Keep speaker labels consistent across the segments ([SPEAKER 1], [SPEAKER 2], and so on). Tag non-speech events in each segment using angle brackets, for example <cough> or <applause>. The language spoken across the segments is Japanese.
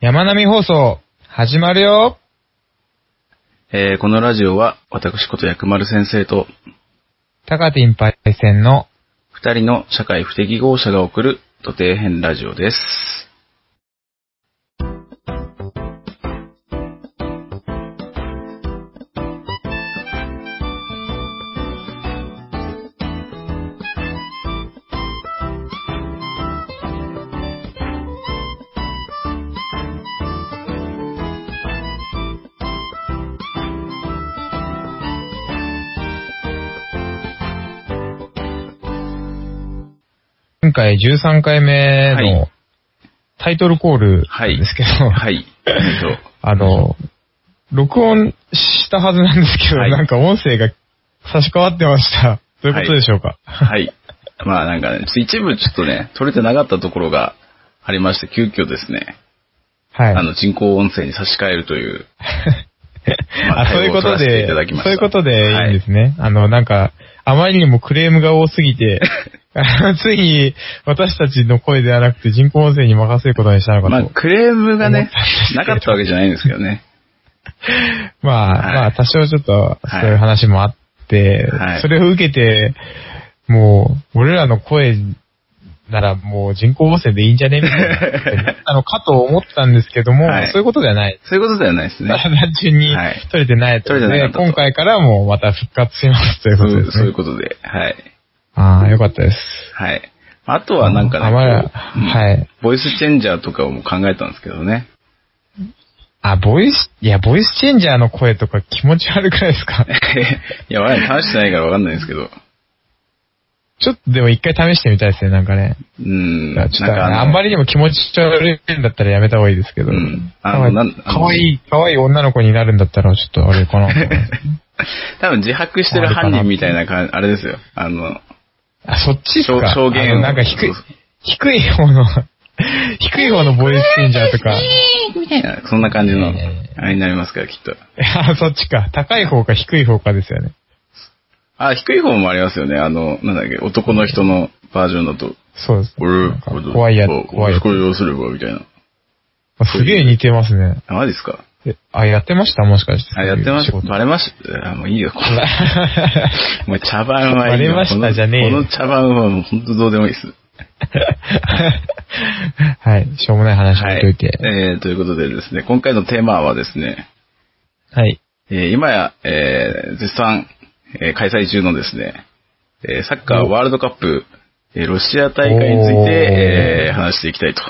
[SPEAKER 1] 山並放送、始まるよ
[SPEAKER 2] えーこのラジオは、私こと薬丸先生と、
[SPEAKER 1] 高ティンパイセンの、
[SPEAKER 2] 二人の社会不適合者が送る土底編ラジオです。
[SPEAKER 1] 今回13回目
[SPEAKER 2] は
[SPEAKER 1] の
[SPEAKER 2] い
[SPEAKER 1] タイトルコール
[SPEAKER 2] はい
[SPEAKER 1] ですけど、
[SPEAKER 2] はい。えーと、
[SPEAKER 1] あの、録音したはずなんですけど、
[SPEAKER 2] はい
[SPEAKER 1] なんか音声が差し替わってました。どういうことでしょうか、
[SPEAKER 2] はい。まあなんかね、ちょっと一部ちょっとね、取れてなかったところがありまして、急遽ですね、
[SPEAKER 1] はい。
[SPEAKER 2] あの、人工音声に差し替えるという、ま
[SPEAKER 1] あ、そういうこと
[SPEAKER 2] 対応を取らせて
[SPEAKER 1] で、
[SPEAKER 2] いただきました
[SPEAKER 1] そういうことでいいんですね。あの、なんか、あまりにもクレームが多すぎ
[SPEAKER 2] <laughs>
[SPEAKER 1] て、あのついに私たちの声ではなくて人工音声に任せることにしたのかと。
[SPEAKER 2] まあクレームが
[SPEAKER 1] 思っ
[SPEAKER 2] ね
[SPEAKER 1] たんですけ、ど
[SPEAKER 2] なかったわけじゃないんですけどね。
[SPEAKER 1] <laughs> まあ、
[SPEAKER 2] はい
[SPEAKER 1] まあ、多少ちょっと、
[SPEAKER 2] はい
[SPEAKER 1] そういう話もあって、
[SPEAKER 2] はい
[SPEAKER 1] それを受けて、もう、俺らの声ならもう人工音声でいいんじゃ
[SPEAKER 2] <laughs>
[SPEAKER 1] ねみたいな、あの、かと思ったんですけども、
[SPEAKER 2] はい
[SPEAKER 1] そういうことではない。
[SPEAKER 2] そういうことではないですね。
[SPEAKER 1] <laughs> ただ単純に
[SPEAKER 2] はい
[SPEAKER 1] 取れてないということ
[SPEAKER 2] 取れてな
[SPEAKER 1] で、
[SPEAKER 2] かったと
[SPEAKER 1] 今回からもまた復活しますという
[SPEAKER 2] そ
[SPEAKER 1] こと
[SPEAKER 2] う
[SPEAKER 1] です
[SPEAKER 2] そういう
[SPEAKER 1] ね。
[SPEAKER 2] ことで、はい。
[SPEAKER 1] ああ、よかったです。
[SPEAKER 2] はい。あとはなんか
[SPEAKER 1] あ
[SPEAKER 2] ね、
[SPEAKER 1] まり
[SPEAKER 2] こううん
[SPEAKER 1] はい。
[SPEAKER 2] ボイスチェンジャーとかをもう考えたんですけどね。
[SPEAKER 1] あ、ボイス、いや、ボイスチェンジャーの声とか気持ち悪くないです
[SPEAKER 2] <laughs>
[SPEAKER 1] か
[SPEAKER 2] いや、我々試してないからわかんないんですけど。
[SPEAKER 1] ちょっとでも一回試してみたいですね、なんかね。
[SPEAKER 2] うん。
[SPEAKER 1] ちょっとあのあんま
[SPEAKER 2] り。
[SPEAKER 1] りにも気持ち悪いんだったらやめた方がいいですけど。
[SPEAKER 2] うん
[SPEAKER 1] な
[SPEAKER 2] あの
[SPEAKER 1] ん
[SPEAKER 2] なん
[SPEAKER 1] かかわいい、かわいい女の子になるんだったらちょっとあれかなと思います。
[SPEAKER 2] 多分自白してる犯人みたいな感じ、あれですよ。あの、
[SPEAKER 1] あ、そっちっすか
[SPEAKER 2] 証証言
[SPEAKER 1] あのなんか低い
[SPEAKER 2] そうそう、
[SPEAKER 1] 低い方の、 <laughs> 低い方のボイスチェンジャーとか。
[SPEAKER 2] みたいな、そんな感じの、
[SPEAKER 1] いやいやい
[SPEAKER 2] あれになりますから、きっと。
[SPEAKER 1] <laughs> あ、そっちか。高い方か低い方かですよね。
[SPEAKER 2] あ、低い方もありますよね。あの、なんだっけ、男の人のバージョンだと。
[SPEAKER 1] そうです。
[SPEAKER 2] 俺
[SPEAKER 1] なんか、怖いやつ、怖いやつ
[SPEAKER 2] こ。れどうすれば、みたいな。
[SPEAKER 1] あすげえ似てますね。
[SPEAKER 2] あ、マジですか
[SPEAKER 1] えあ、やってましたもしかして。
[SPEAKER 2] あ、やってまし
[SPEAKER 1] そういう仕
[SPEAKER 2] た。
[SPEAKER 1] 事 <laughs>
[SPEAKER 2] バレました。あ、もういいよ、この、もう茶番はいいよ。
[SPEAKER 1] バレました
[SPEAKER 2] この
[SPEAKER 1] じゃねえよ
[SPEAKER 2] この茶番はもう本当どうでもいいです。
[SPEAKER 1] はい。しょうもない話を
[SPEAKER 2] は
[SPEAKER 1] 置い
[SPEAKER 2] い。
[SPEAKER 1] といて。
[SPEAKER 2] えー、ということでですね、今回のテーマはですね、
[SPEAKER 1] はい。
[SPEAKER 2] えー今や、えー絶賛、えー開催中のですね、えーサッカーワールドカップ、えーロシア大会につい
[SPEAKER 1] おー
[SPEAKER 2] て、えー話していきたいと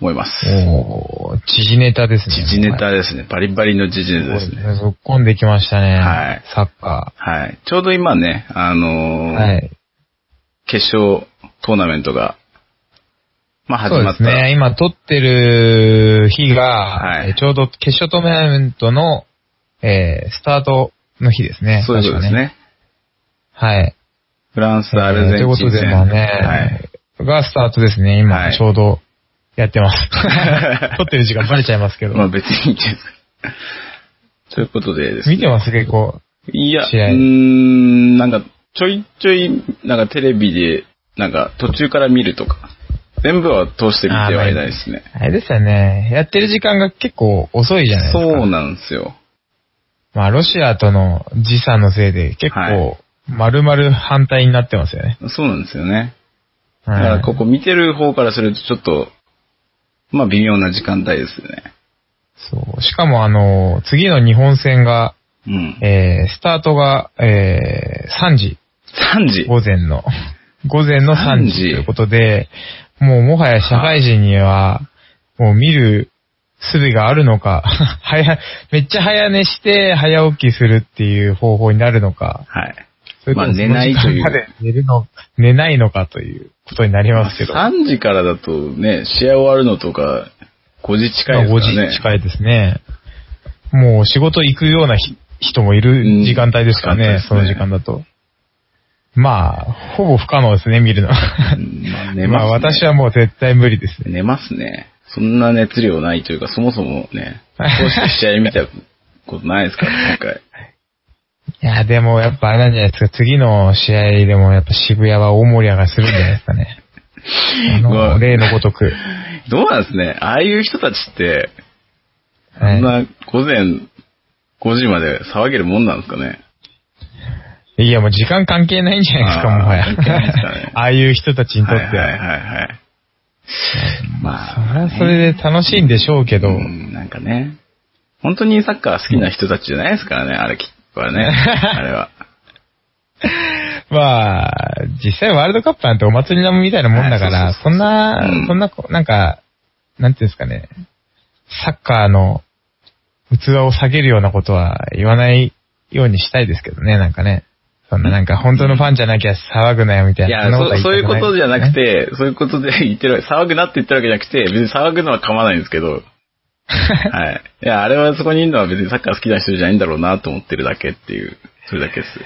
[SPEAKER 2] 思います。
[SPEAKER 1] おー、時事ネタですね。
[SPEAKER 2] 時事ネタですね。バリバリの時事ネタですね。
[SPEAKER 1] ぶっこんできましたね。
[SPEAKER 2] はい
[SPEAKER 1] サッカ
[SPEAKER 2] はい。ちょうど今ね、あの
[SPEAKER 1] ー。
[SPEAKER 2] ー
[SPEAKER 1] はい。
[SPEAKER 2] 決勝トーナメントが、まあ始
[SPEAKER 1] そう
[SPEAKER 2] ま
[SPEAKER 1] で
[SPEAKER 2] っ
[SPEAKER 1] す
[SPEAKER 2] た。
[SPEAKER 1] ね。今撮ってる日が、
[SPEAKER 2] はい
[SPEAKER 1] えちょうど決勝トーナメントの、えー、スタートの日ですね。
[SPEAKER 2] そういうことですね。
[SPEAKER 1] 確かね。はい。
[SPEAKER 2] フランス、アルゼンチ
[SPEAKER 1] えー
[SPEAKER 2] ン
[SPEAKER 1] ということで、
[SPEAKER 2] 戦。
[SPEAKER 1] まあ
[SPEAKER 2] は
[SPEAKER 1] ね
[SPEAKER 2] い。、
[SPEAKER 1] がスタートですね。今、
[SPEAKER 2] はい
[SPEAKER 1] ちょうどやってます。
[SPEAKER 2] <laughs>
[SPEAKER 1] 撮ってる時間バレちゃいますけど。
[SPEAKER 2] まあ別にいい <laughs> です。ということでですね。
[SPEAKER 1] 見てます結構。
[SPEAKER 2] いや、う
[SPEAKER 1] 試合
[SPEAKER 2] ーん、なんか、ちょいちょい、なんかテレビで、なんか途中から見るとか、全部は通して見てはいないですね。
[SPEAKER 1] あれですよね。やってる時間が結構遅いじゃないですか。
[SPEAKER 2] そうなんですよ。
[SPEAKER 1] まあ、ロシアとの時差のせいで結
[SPEAKER 2] は
[SPEAKER 1] 構
[SPEAKER 2] い、
[SPEAKER 1] 丸々反対になってますよね。
[SPEAKER 2] そうなんですよね。だか
[SPEAKER 1] はい
[SPEAKER 2] らここ見てる方からするとちょっと、まあ微妙な時間帯ですね。
[SPEAKER 1] そう。しかも、あの、次の日本戦が、
[SPEAKER 2] うん。
[SPEAKER 1] えー、スタートが、えー、3時、
[SPEAKER 2] 3時。
[SPEAKER 1] 午前の、午前の3
[SPEAKER 2] 3
[SPEAKER 1] 時
[SPEAKER 2] 時
[SPEAKER 1] ということで、もうもはや社会人には、もう見る術があるのか、 <laughs> 早、めっちゃ早寝して早起きするっていう方法になるのか、
[SPEAKER 2] はい。
[SPEAKER 1] それとも
[SPEAKER 2] まあ寝ないという
[SPEAKER 1] その時間まで寝るの、寝ないのかということになりますけど。
[SPEAKER 2] 3時からだとね、試合終わるのとか、5時近いです
[SPEAKER 1] まあ
[SPEAKER 2] からね。
[SPEAKER 1] 5時近いですね。もう仕事行くようなひ人もいる時間帯ですからね、
[SPEAKER 2] うん
[SPEAKER 1] その時間だと。まあ、ほぼ不可能ですね、見るの。
[SPEAKER 2] うんまあ寝ますね。
[SPEAKER 1] まあ私はもう絶対無理ですね。
[SPEAKER 2] 寝ますね。そんな熱量ないというか、そもそもね、こうして試合見たことないですから、
[SPEAKER 1] <laughs>
[SPEAKER 2] 今回。
[SPEAKER 1] いや、でもやっぱあれなんじゃないですか、次の試合で
[SPEAKER 2] <laughs>
[SPEAKER 1] もやっぱ渋谷は大盛り上がりするんじゃないですかね。あ
[SPEAKER 2] うわ
[SPEAKER 1] の、例のごとく。
[SPEAKER 2] どうなんですね。ああいう人たちって、あ
[SPEAKER 1] はい
[SPEAKER 2] んな午前5時まで騒げるもんなんですかね。
[SPEAKER 1] いや、もう時間関係ないんじゃないですか、
[SPEAKER 2] あー
[SPEAKER 1] もはや
[SPEAKER 2] 関係ないですかね。
[SPEAKER 1] ああいう人たちにと
[SPEAKER 2] は
[SPEAKER 1] っ
[SPEAKER 2] い
[SPEAKER 1] て
[SPEAKER 2] はいはい
[SPEAKER 1] は。
[SPEAKER 2] はい。ま
[SPEAKER 1] それ
[SPEAKER 2] あ、
[SPEAKER 1] はそれで楽しいんでしょうけど。
[SPEAKER 2] うん、なんかね。本当にサッカー好きな人たちじゃないですからね、あれきっ
[SPEAKER 1] <laughs>
[SPEAKER 2] とはね。あれは。
[SPEAKER 1] まあ、実際ワールドカップなんてお祭りなもんみたいなもんだから、
[SPEAKER 2] はい
[SPEAKER 1] そんな、
[SPEAKER 2] うん
[SPEAKER 1] そんなこ、なんか、なんていうんですかね、サッカーの器を下げるようなことは言わないようにしたいですけどね、なんかね。そんな、なんか本当のファンじゃなきゃ騒ぐなよみたい
[SPEAKER 2] い
[SPEAKER 1] な。
[SPEAKER 2] や、
[SPEAKER 1] んな
[SPEAKER 2] そ
[SPEAKER 1] は
[SPEAKER 2] そうい
[SPEAKER 1] 言
[SPEAKER 2] うこ
[SPEAKER 1] た
[SPEAKER 2] と
[SPEAKER 1] く
[SPEAKER 2] じゃな
[SPEAKER 1] です
[SPEAKER 2] く
[SPEAKER 1] ね。
[SPEAKER 2] て、そういうことで言ってる、騒ぐなって言ってるわけじゃなくて、別に騒ぐのは構わないんです
[SPEAKER 1] <laughs>
[SPEAKER 2] けど、はい。いや、あれはそこにいるのは別にサッカー好きな人じゃないんだろうなと思ってるだけっていう、それ
[SPEAKER 1] <laughs>
[SPEAKER 2] だけです。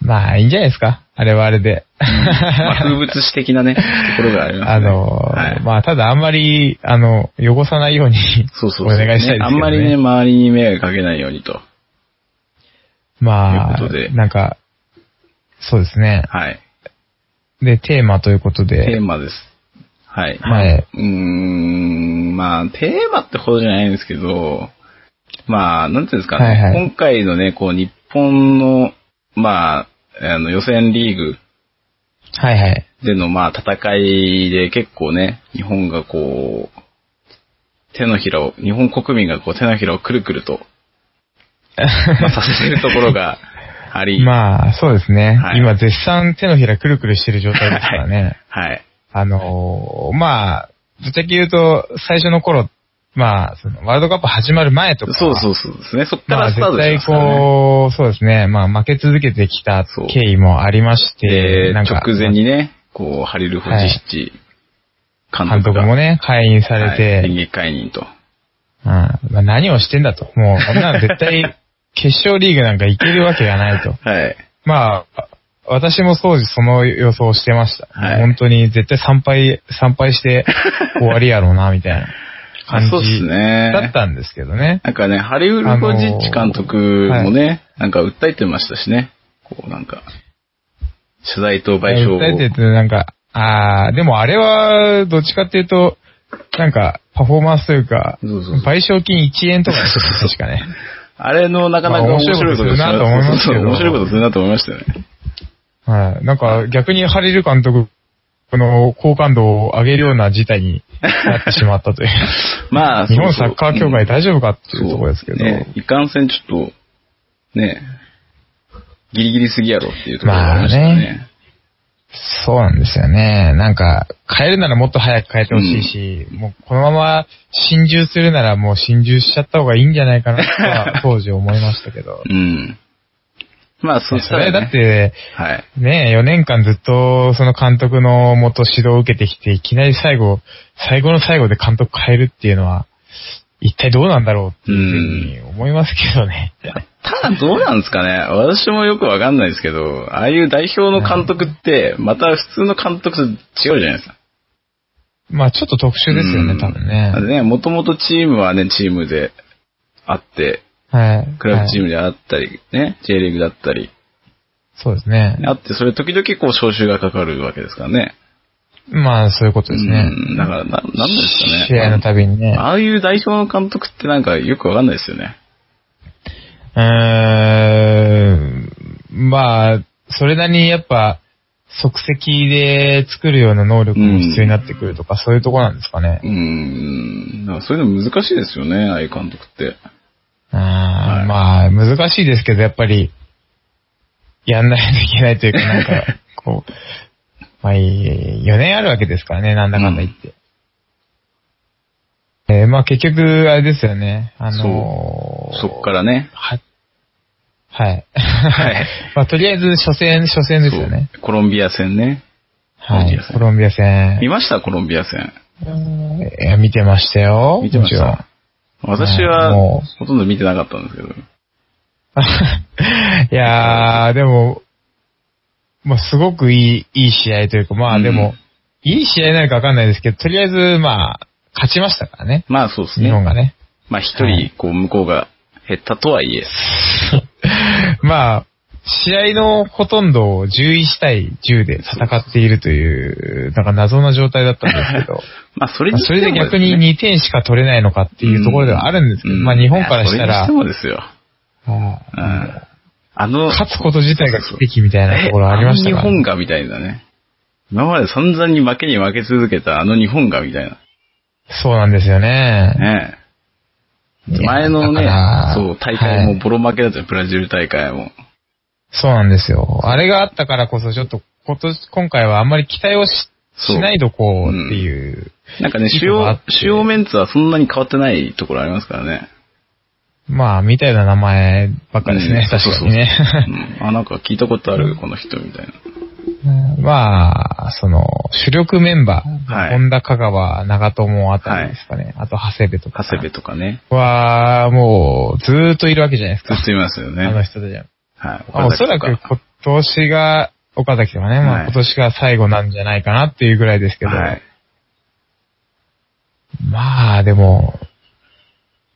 [SPEAKER 1] まあ、いいんじゃないですかあれはあれで。
[SPEAKER 2] まあ、風物詩的なね、ところがあります
[SPEAKER 1] <laughs>
[SPEAKER 2] ね。
[SPEAKER 1] あの、
[SPEAKER 2] はい、
[SPEAKER 1] まあ、ただあんまり、あの、汚さないように
[SPEAKER 2] そうそうそう
[SPEAKER 1] お願いしたいですけどね。
[SPEAKER 2] あんまりね、周りに迷惑かけないようにと。
[SPEAKER 1] まあ
[SPEAKER 2] ということで、
[SPEAKER 1] なんか、そうですね。
[SPEAKER 2] はい。
[SPEAKER 1] で、テーマということ
[SPEAKER 2] テー
[SPEAKER 1] で、
[SPEAKER 2] マです。はい。まあ
[SPEAKER 1] はい。
[SPEAKER 2] うーん、まあ、テーマってほどじゃないんですけど、まあ、なんていうんですかね、
[SPEAKER 1] はいはい
[SPEAKER 2] 今回のね、こう、日本の、まあ、あの予選リーグ
[SPEAKER 1] はいはい。
[SPEAKER 2] での、まあ、戦いで結構ね、日本がこう、手のひらを、日本国民がこう、手のひらをくるくると、まあさせてるとこ
[SPEAKER 1] <laughs>
[SPEAKER 2] ろがあり、
[SPEAKER 1] <laughs> まあ、そうですね。
[SPEAKER 2] はい
[SPEAKER 1] 今、絶賛手のひらくるくるしてる状態ですからね。
[SPEAKER 2] はい。
[SPEAKER 1] あのーまあ、ぶっちゃけ言うと、最初の頃、まあ、そのワールドカップ始まる前とか、
[SPEAKER 2] そうそうそうですね。そっか
[SPEAKER 1] まあ、
[SPEAKER 2] らス
[SPEAKER 1] 絶
[SPEAKER 2] タートし
[SPEAKER 1] 対
[SPEAKER 2] ますからね。
[SPEAKER 1] こう、そうですね。まあ、負け続けてきた経緯もありまして
[SPEAKER 2] で、、
[SPEAKER 1] なんか、
[SPEAKER 2] 直前にね、こう、ハリル・ホジッチ監
[SPEAKER 1] 監
[SPEAKER 2] 督
[SPEAKER 1] 督
[SPEAKER 2] が
[SPEAKER 1] もね、解任されて、
[SPEAKER 2] はい演劇解任と。
[SPEAKER 1] うんまあ、何をしてんだと。もう、こんなの絶
[SPEAKER 2] <laughs>
[SPEAKER 1] 対、決勝リーグなんか行けるわけがないと。
[SPEAKER 2] はい。
[SPEAKER 1] まあ、私も当時その予想をしてました。
[SPEAKER 2] はい
[SPEAKER 1] 本当に絶対参拝、参拝して終わりやろう
[SPEAKER 2] <laughs>
[SPEAKER 1] な、みたいな感じ
[SPEAKER 2] そうですね。
[SPEAKER 1] だったんですけどね。
[SPEAKER 2] なんかね、ハリウル・ホジッチ監督もね、なんか訴えてましたしね。こう、なんか、謝罪と賠償を。
[SPEAKER 1] 訴えてて、なんか、あーでもあれは、どっちかっていうと、なんか、パフォーマンスというか、
[SPEAKER 2] そうそうそう
[SPEAKER 1] 賠償金1円とかでした確かね。
[SPEAKER 2] あれのなかなか
[SPEAKER 1] まあ
[SPEAKER 2] 面白いことし
[SPEAKER 1] 面白いことするなと思いますけど
[SPEAKER 2] そうそう面白いことするなと思いましたよね。
[SPEAKER 1] はい。なんか、逆にハリル監督、この好感度を上げるような事態になってしまったという。
[SPEAKER 2] <laughs> まあ、
[SPEAKER 1] 日
[SPEAKER 2] そう
[SPEAKER 1] 本
[SPEAKER 2] そ
[SPEAKER 1] サ
[SPEAKER 2] う
[SPEAKER 1] ッカー協
[SPEAKER 2] う
[SPEAKER 1] 会
[SPEAKER 2] ん
[SPEAKER 1] 大丈夫かって
[SPEAKER 2] そ
[SPEAKER 1] いうところですけど。
[SPEAKER 2] ね、いかんせんちょっと、ね、ギリギリすぎやろっていうところがありました
[SPEAKER 1] まあ
[SPEAKER 2] ね
[SPEAKER 1] ね。そうなんですよね。なんか、変えるならもっと早く変えてほしいし、もうこのまま侵入するならもう侵入しちゃった方がいいんじゃないかなとは当時思いましたけど。
[SPEAKER 2] うん。まあ、そし
[SPEAKER 1] そ
[SPEAKER 2] たら、
[SPEAKER 1] れだ
[SPEAKER 2] ね。
[SPEAKER 1] って、
[SPEAKER 2] はい。
[SPEAKER 1] ね4年間ずっとその監督の元指導を受けてきて、いきなり最後、最後の最後で監督変えるっていうのは、一体どうなんだろうっていうふうに思いますけどね。
[SPEAKER 2] ただどうなんですかね私もよくわかんないですけど、ああいう代表の監督って、また普通の監督と違うじゃないですか。
[SPEAKER 1] まあちょっと特殊ですよ
[SPEAKER 2] う
[SPEAKER 1] ね、
[SPEAKER 2] ん
[SPEAKER 1] 多分ね。
[SPEAKER 2] だってね、もともとチームはね、チームであって、
[SPEAKER 1] はい。
[SPEAKER 2] クラブチー
[SPEAKER 1] ム。
[SPEAKER 2] ムであったり、ね、J リーグだったり、
[SPEAKER 1] そうですね。
[SPEAKER 2] あって、それ時々こう招集がかかるわけですからね。
[SPEAKER 1] まあそういうことですね。
[SPEAKER 2] うん、だから、な、なんですかね。
[SPEAKER 1] 試合のたびにね。
[SPEAKER 2] ああいう代表の監督ってなんかよくわかんないですよね。
[SPEAKER 1] うーん。まあ、それなりにやっぱ、即席で作るような能力も必要になってくるとか、そういうとこなんですかね
[SPEAKER 2] う。ん。だからそういうの難しいですよね、ああいう監督って。
[SPEAKER 1] あ
[SPEAKER 2] はい
[SPEAKER 1] ーまあ、難しいですけど、やっぱり、やんないといけないというか、なん
[SPEAKER 2] <laughs>
[SPEAKER 1] か、こう、まあ、4年あるわけですからね、なんだかんだ言って。えーまあ結局、あれですよね。あのー
[SPEAKER 2] そっからね。
[SPEAKER 1] は、はい。
[SPEAKER 2] はい
[SPEAKER 1] <laughs> まあ、とりあえず、初戦、初戦ですよね。
[SPEAKER 2] そうコロンビア戦ね。
[SPEAKER 1] はい。
[SPEAKER 2] コ
[SPEAKER 1] コロンビア戦。
[SPEAKER 2] 見ましたコロンビア戦。
[SPEAKER 1] うんいや、見てましたよ。
[SPEAKER 2] 見てまし
[SPEAKER 1] もち
[SPEAKER 2] た。私は
[SPEAKER 1] うんも、
[SPEAKER 2] ほとんど見てなかったんですけど。
[SPEAKER 1] ろん <laughs> いやー、でも、まあ、すごくいい、いい試合というか、まあ、でも、いい試合なのかわかんないですけど、とりあえず、まあ、勝ちましたからね。
[SPEAKER 2] まあそうです
[SPEAKER 1] 日本
[SPEAKER 2] ね。
[SPEAKER 1] が
[SPEAKER 2] <laughs>
[SPEAKER 1] ね。
[SPEAKER 2] まあ一
[SPEAKER 1] は
[SPEAKER 2] 人
[SPEAKER 1] い、
[SPEAKER 2] こう、向こうが減ったとはいえ。
[SPEAKER 1] まあ、試合のほとんどを11対10で戦っているという、なんか謎な状態だったんです
[SPEAKER 2] <laughs>
[SPEAKER 1] けど、
[SPEAKER 2] まあ、それ
[SPEAKER 1] まあ
[SPEAKER 2] にして
[SPEAKER 1] そ
[SPEAKER 2] も
[SPEAKER 1] れで逆に
[SPEAKER 2] すね
[SPEAKER 1] 2点しか取れないのかっていうところではあるんですけど、
[SPEAKER 2] うん
[SPEAKER 1] まあ日本からした
[SPEAKER 2] いや
[SPEAKER 1] ら
[SPEAKER 2] そ、れにしてもですよ。
[SPEAKER 1] うん
[SPEAKER 2] うん。あの、
[SPEAKER 1] 勝つこと自体が奇跡みたいなところありました
[SPEAKER 2] え
[SPEAKER 1] か
[SPEAKER 2] あ
[SPEAKER 1] ら
[SPEAKER 2] の日
[SPEAKER 1] ね、
[SPEAKER 2] 本がみたいなね。今まで散々に負けに負け続けたあの日本がみたいな。
[SPEAKER 1] そうなんですよね。
[SPEAKER 2] ね
[SPEAKER 1] いや
[SPEAKER 2] 前のね
[SPEAKER 1] だから、
[SPEAKER 2] そう、大会
[SPEAKER 1] は
[SPEAKER 2] も
[SPEAKER 1] い
[SPEAKER 2] ボロ負けだったよ、ブラジル大会も。
[SPEAKER 1] そうなんですよ。あれがあったからこそ、ちょっと今年、今回はあんまり期待をし
[SPEAKER 2] そう
[SPEAKER 1] しないどこうっていう。
[SPEAKER 2] なんかね、主
[SPEAKER 1] いいことがあ
[SPEAKER 2] 要
[SPEAKER 1] って、
[SPEAKER 2] 主要メンツはそんなに変わってないところありますからね。
[SPEAKER 1] まあ、みたいな名前ばっかですね、
[SPEAKER 2] うん
[SPEAKER 1] 確かにね。
[SPEAKER 2] そう
[SPEAKER 1] <laughs>
[SPEAKER 2] そうそううんあ、なんか聞いたことある、この人みたいな。
[SPEAKER 1] <laughs> まあ、その、主力メンバー、
[SPEAKER 2] はい
[SPEAKER 1] 本田、香川、長友あたりですかね、あと長谷部とか。
[SPEAKER 2] 長谷部とかね。
[SPEAKER 1] は、もう、ずーっといるわけじゃないですか。
[SPEAKER 2] ずっといますよ
[SPEAKER 1] あの
[SPEAKER 2] ね。
[SPEAKER 1] 人たちは。
[SPEAKER 2] はい。
[SPEAKER 1] まあおそらく
[SPEAKER 2] 岡崎とか
[SPEAKER 1] 今年が、岡崎とかね、ま
[SPEAKER 2] は
[SPEAKER 1] あ
[SPEAKER 2] い
[SPEAKER 1] 今年が最後なんじゃないかなっていうぐらいですけど、
[SPEAKER 2] はい。
[SPEAKER 1] まあでも、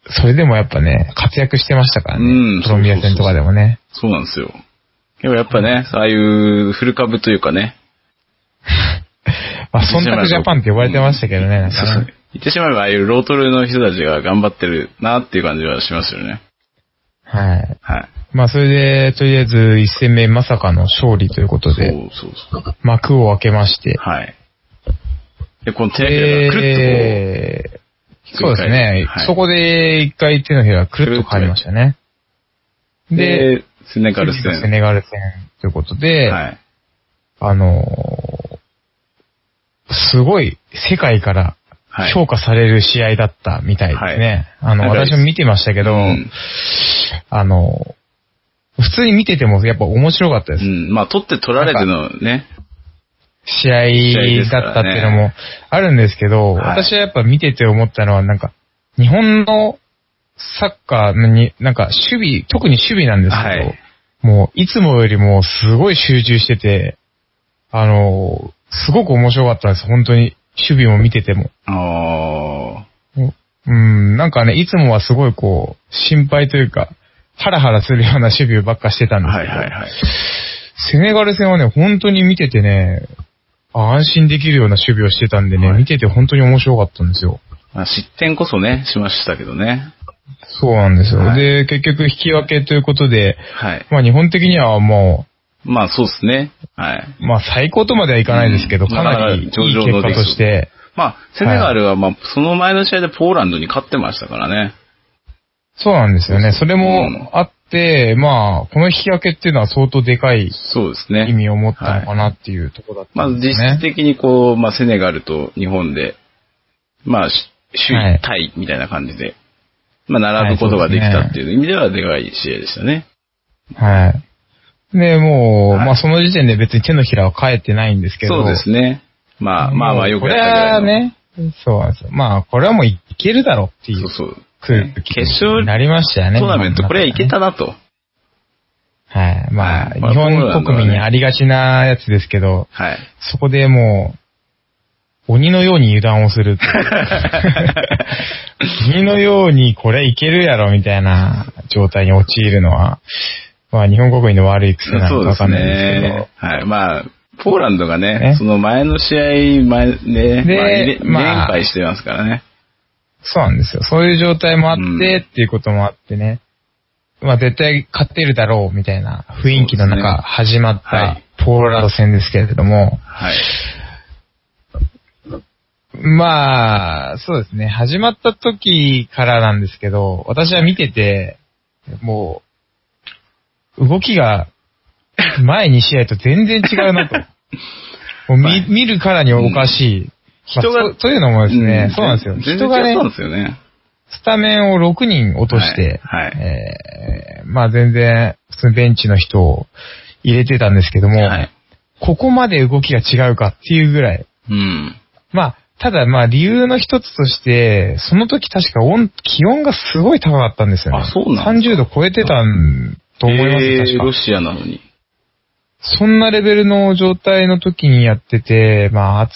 [SPEAKER 1] それでもやっぱね、活躍してましたから
[SPEAKER 2] うん
[SPEAKER 1] ね、コロンビア戦とかでもね。
[SPEAKER 2] そうなんですよ。でもやっぱね、ああいう古株というかね。
[SPEAKER 1] まあ、忖度ジャパンって呼ばれてましたけどね、なん
[SPEAKER 2] そう
[SPEAKER 1] か
[SPEAKER 2] そ
[SPEAKER 1] ね
[SPEAKER 2] う。言ってしまえば、ああいうロートルの人たちが頑張ってるなっていう感じはしますよね。
[SPEAKER 1] はい。
[SPEAKER 2] はい。
[SPEAKER 1] まあそれで、とりあえず一戦目まさかの勝利ということ
[SPEAKER 2] そう
[SPEAKER 1] で、
[SPEAKER 2] そうそう。
[SPEAKER 1] 幕を開けまして。
[SPEAKER 2] はい。で、この手のひらがくるっ
[SPEAKER 1] えー
[SPEAKER 2] ひっく
[SPEAKER 1] そう
[SPEAKER 2] り返る
[SPEAKER 1] ですね
[SPEAKER 2] はい。
[SPEAKER 1] そこで一回手のひらがくるっと変わりましたね。
[SPEAKER 2] とこう。
[SPEAKER 1] で、
[SPEAKER 2] で、セネガル
[SPEAKER 1] 次がセ
[SPEAKER 2] 戦。
[SPEAKER 1] ネガル戦ということで、
[SPEAKER 2] はい。
[SPEAKER 1] あのーすごい世界から
[SPEAKER 2] はい。
[SPEAKER 1] 評価される試合だったみたいですね。あの、
[SPEAKER 2] なんか
[SPEAKER 1] 私も見てましたけど、
[SPEAKER 2] うん
[SPEAKER 1] あのー普通に見ててもやっぱ面白かったです
[SPEAKER 2] う。ん。まあ、取って取られてのね。
[SPEAKER 1] 試合だったっていうのもあるんですけど、
[SPEAKER 2] はい
[SPEAKER 1] 私はやっぱ見てて思ったのは、なんか、日本のサッカーに、なんか守備、特に守備なんですけど、
[SPEAKER 2] はい
[SPEAKER 1] もういつもよりもすごい集中してて、あの、すごく面白かったです、本当に。守備も見てても。
[SPEAKER 2] あ
[SPEAKER 1] うん、なんかね、いつもはすごいこう、心配というか、ハラハラするような守備ばっかしてたん
[SPEAKER 2] あ。
[SPEAKER 1] です
[SPEAKER 2] は
[SPEAKER 1] け
[SPEAKER 2] い
[SPEAKER 1] ど、
[SPEAKER 2] はいはい。
[SPEAKER 1] セネガル戦はね、本当に見ててね、あ安心できるような守備をしてたんでね、
[SPEAKER 2] はい
[SPEAKER 1] 見てて本当に面白かったんですよ。
[SPEAKER 2] まあ、失点こそね、しましたけどね。
[SPEAKER 1] そうなんですよ。
[SPEAKER 2] はい
[SPEAKER 1] で、結局引き分けということで、
[SPEAKER 2] はい。
[SPEAKER 1] まあ日本的にはも
[SPEAKER 2] まあ、そうですね。はい。
[SPEAKER 1] う、まあ最高とまではいかないですけど、
[SPEAKER 2] うん
[SPEAKER 1] かなりいい
[SPEAKER 2] まあ上々の
[SPEAKER 1] 結果として、
[SPEAKER 2] まあ、セネガルは、まあ、その前の試合でポーランドに勝ってましたからね。
[SPEAKER 1] そうなんですよね。それ
[SPEAKER 2] うん
[SPEAKER 1] もあって、まあ、この引き分けっていうのは相当でかい
[SPEAKER 2] そうですね。
[SPEAKER 1] 意味を持ったのかなっていうところだっ
[SPEAKER 2] ま
[SPEAKER 1] た
[SPEAKER 2] あ、
[SPEAKER 1] んで
[SPEAKER 2] 実
[SPEAKER 1] すね。
[SPEAKER 2] 質的にこう、まあ、セネガルと日本で、まあ、し
[SPEAKER 1] は
[SPEAKER 2] 首
[SPEAKER 1] い
[SPEAKER 2] 位タイみたいな感じで、まあ、並ぶことができたっていう意味では、でかい試合でしたね。
[SPEAKER 1] はい。で、もう、
[SPEAKER 2] はい
[SPEAKER 1] まあその時点で別に手のひらは返ってないんですけど、
[SPEAKER 2] そうですね。まあ、まあまあ、よくやった
[SPEAKER 1] こ
[SPEAKER 2] ぐ
[SPEAKER 1] れ
[SPEAKER 2] らい
[SPEAKER 1] は
[SPEAKER 2] の。
[SPEAKER 1] ね、そうなんですよ。まあ、これはもういけるだろうってい
[SPEAKER 2] そううそう。
[SPEAKER 1] 空気
[SPEAKER 2] 決勝
[SPEAKER 1] になりましたよね。
[SPEAKER 2] トーナメント、これはいけ
[SPEAKER 1] ね
[SPEAKER 2] たな
[SPEAKER 1] は
[SPEAKER 2] と。
[SPEAKER 1] い。まあ、
[SPEAKER 2] はい
[SPEAKER 1] 日
[SPEAKER 2] まあ
[SPEAKER 1] 本国民にありがちなやつですけど、
[SPEAKER 2] はい。
[SPEAKER 1] そこでもう、鬼のように油断をする
[SPEAKER 2] <laughs>
[SPEAKER 1] っていう。鬼のようにこれいけるやろみたいな状態に陥るのは、まあ日本国民の悪い癖な
[SPEAKER 2] そ
[SPEAKER 1] のかわ
[SPEAKER 2] うです
[SPEAKER 1] かんないですけど
[SPEAKER 2] ね。。はい。まあ、ポーランドがね、
[SPEAKER 1] ね
[SPEAKER 2] その前の試合、前ね、
[SPEAKER 1] で
[SPEAKER 2] まあれ
[SPEAKER 1] まあ
[SPEAKER 2] 連敗してますからね。
[SPEAKER 1] そうなんですよ。そういう状態もあって、
[SPEAKER 2] うん
[SPEAKER 1] っていうこともあってね。まあ絶対勝ってるだろうみたいな雰囲気の
[SPEAKER 2] そうです
[SPEAKER 1] 中
[SPEAKER 2] ね
[SPEAKER 1] 始まっ
[SPEAKER 2] は
[SPEAKER 1] た
[SPEAKER 2] い
[SPEAKER 1] ポーランド戦ですけれども、
[SPEAKER 2] はい。
[SPEAKER 1] まあ、そうですね。始まった時からなんですけど、私は見てて、もう、動きが前2試合と全然違うな
[SPEAKER 2] <laughs>
[SPEAKER 1] と。もう見,、
[SPEAKER 2] はい
[SPEAKER 1] 見るからにおかしい。
[SPEAKER 2] 人が
[SPEAKER 1] まあそうというのもですね、
[SPEAKER 2] ん
[SPEAKER 1] そうなんですよ。
[SPEAKER 2] 全
[SPEAKER 1] 人
[SPEAKER 2] 然
[SPEAKER 1] が
[SPEAKER 2] 違
[SPEAKER 1] ね
[SPEAKER 2] ったん、ですよね。
[SPEAKER 1] スタメンを6人落として、
[SPEAKER 2] はいはい
[SPEAKER 1] えーまあ全然、普通にベンチの人を入れてたんですけども、
[SPEAKER 2] はい。
[SPEAKER 1] ここまで動きが違うかっていうぐらい。
[SPEAKER 2] うん。
[SPEAKER 1] まあ、ただまあ理由の一つとして、その時確か温気温がすごい高かったんですよね。
[SPEAKER 2] あそうなんです
[SPEAKER 1] ?30 度超えてたんと思いますよ、
[SPEAKER 2] えー
[SPEAKER 1] 確か。
[SPEAKER 2] ロシアなのに。
[SPEAKER 1] そんなレベルの状態の時にやってて、まあ暑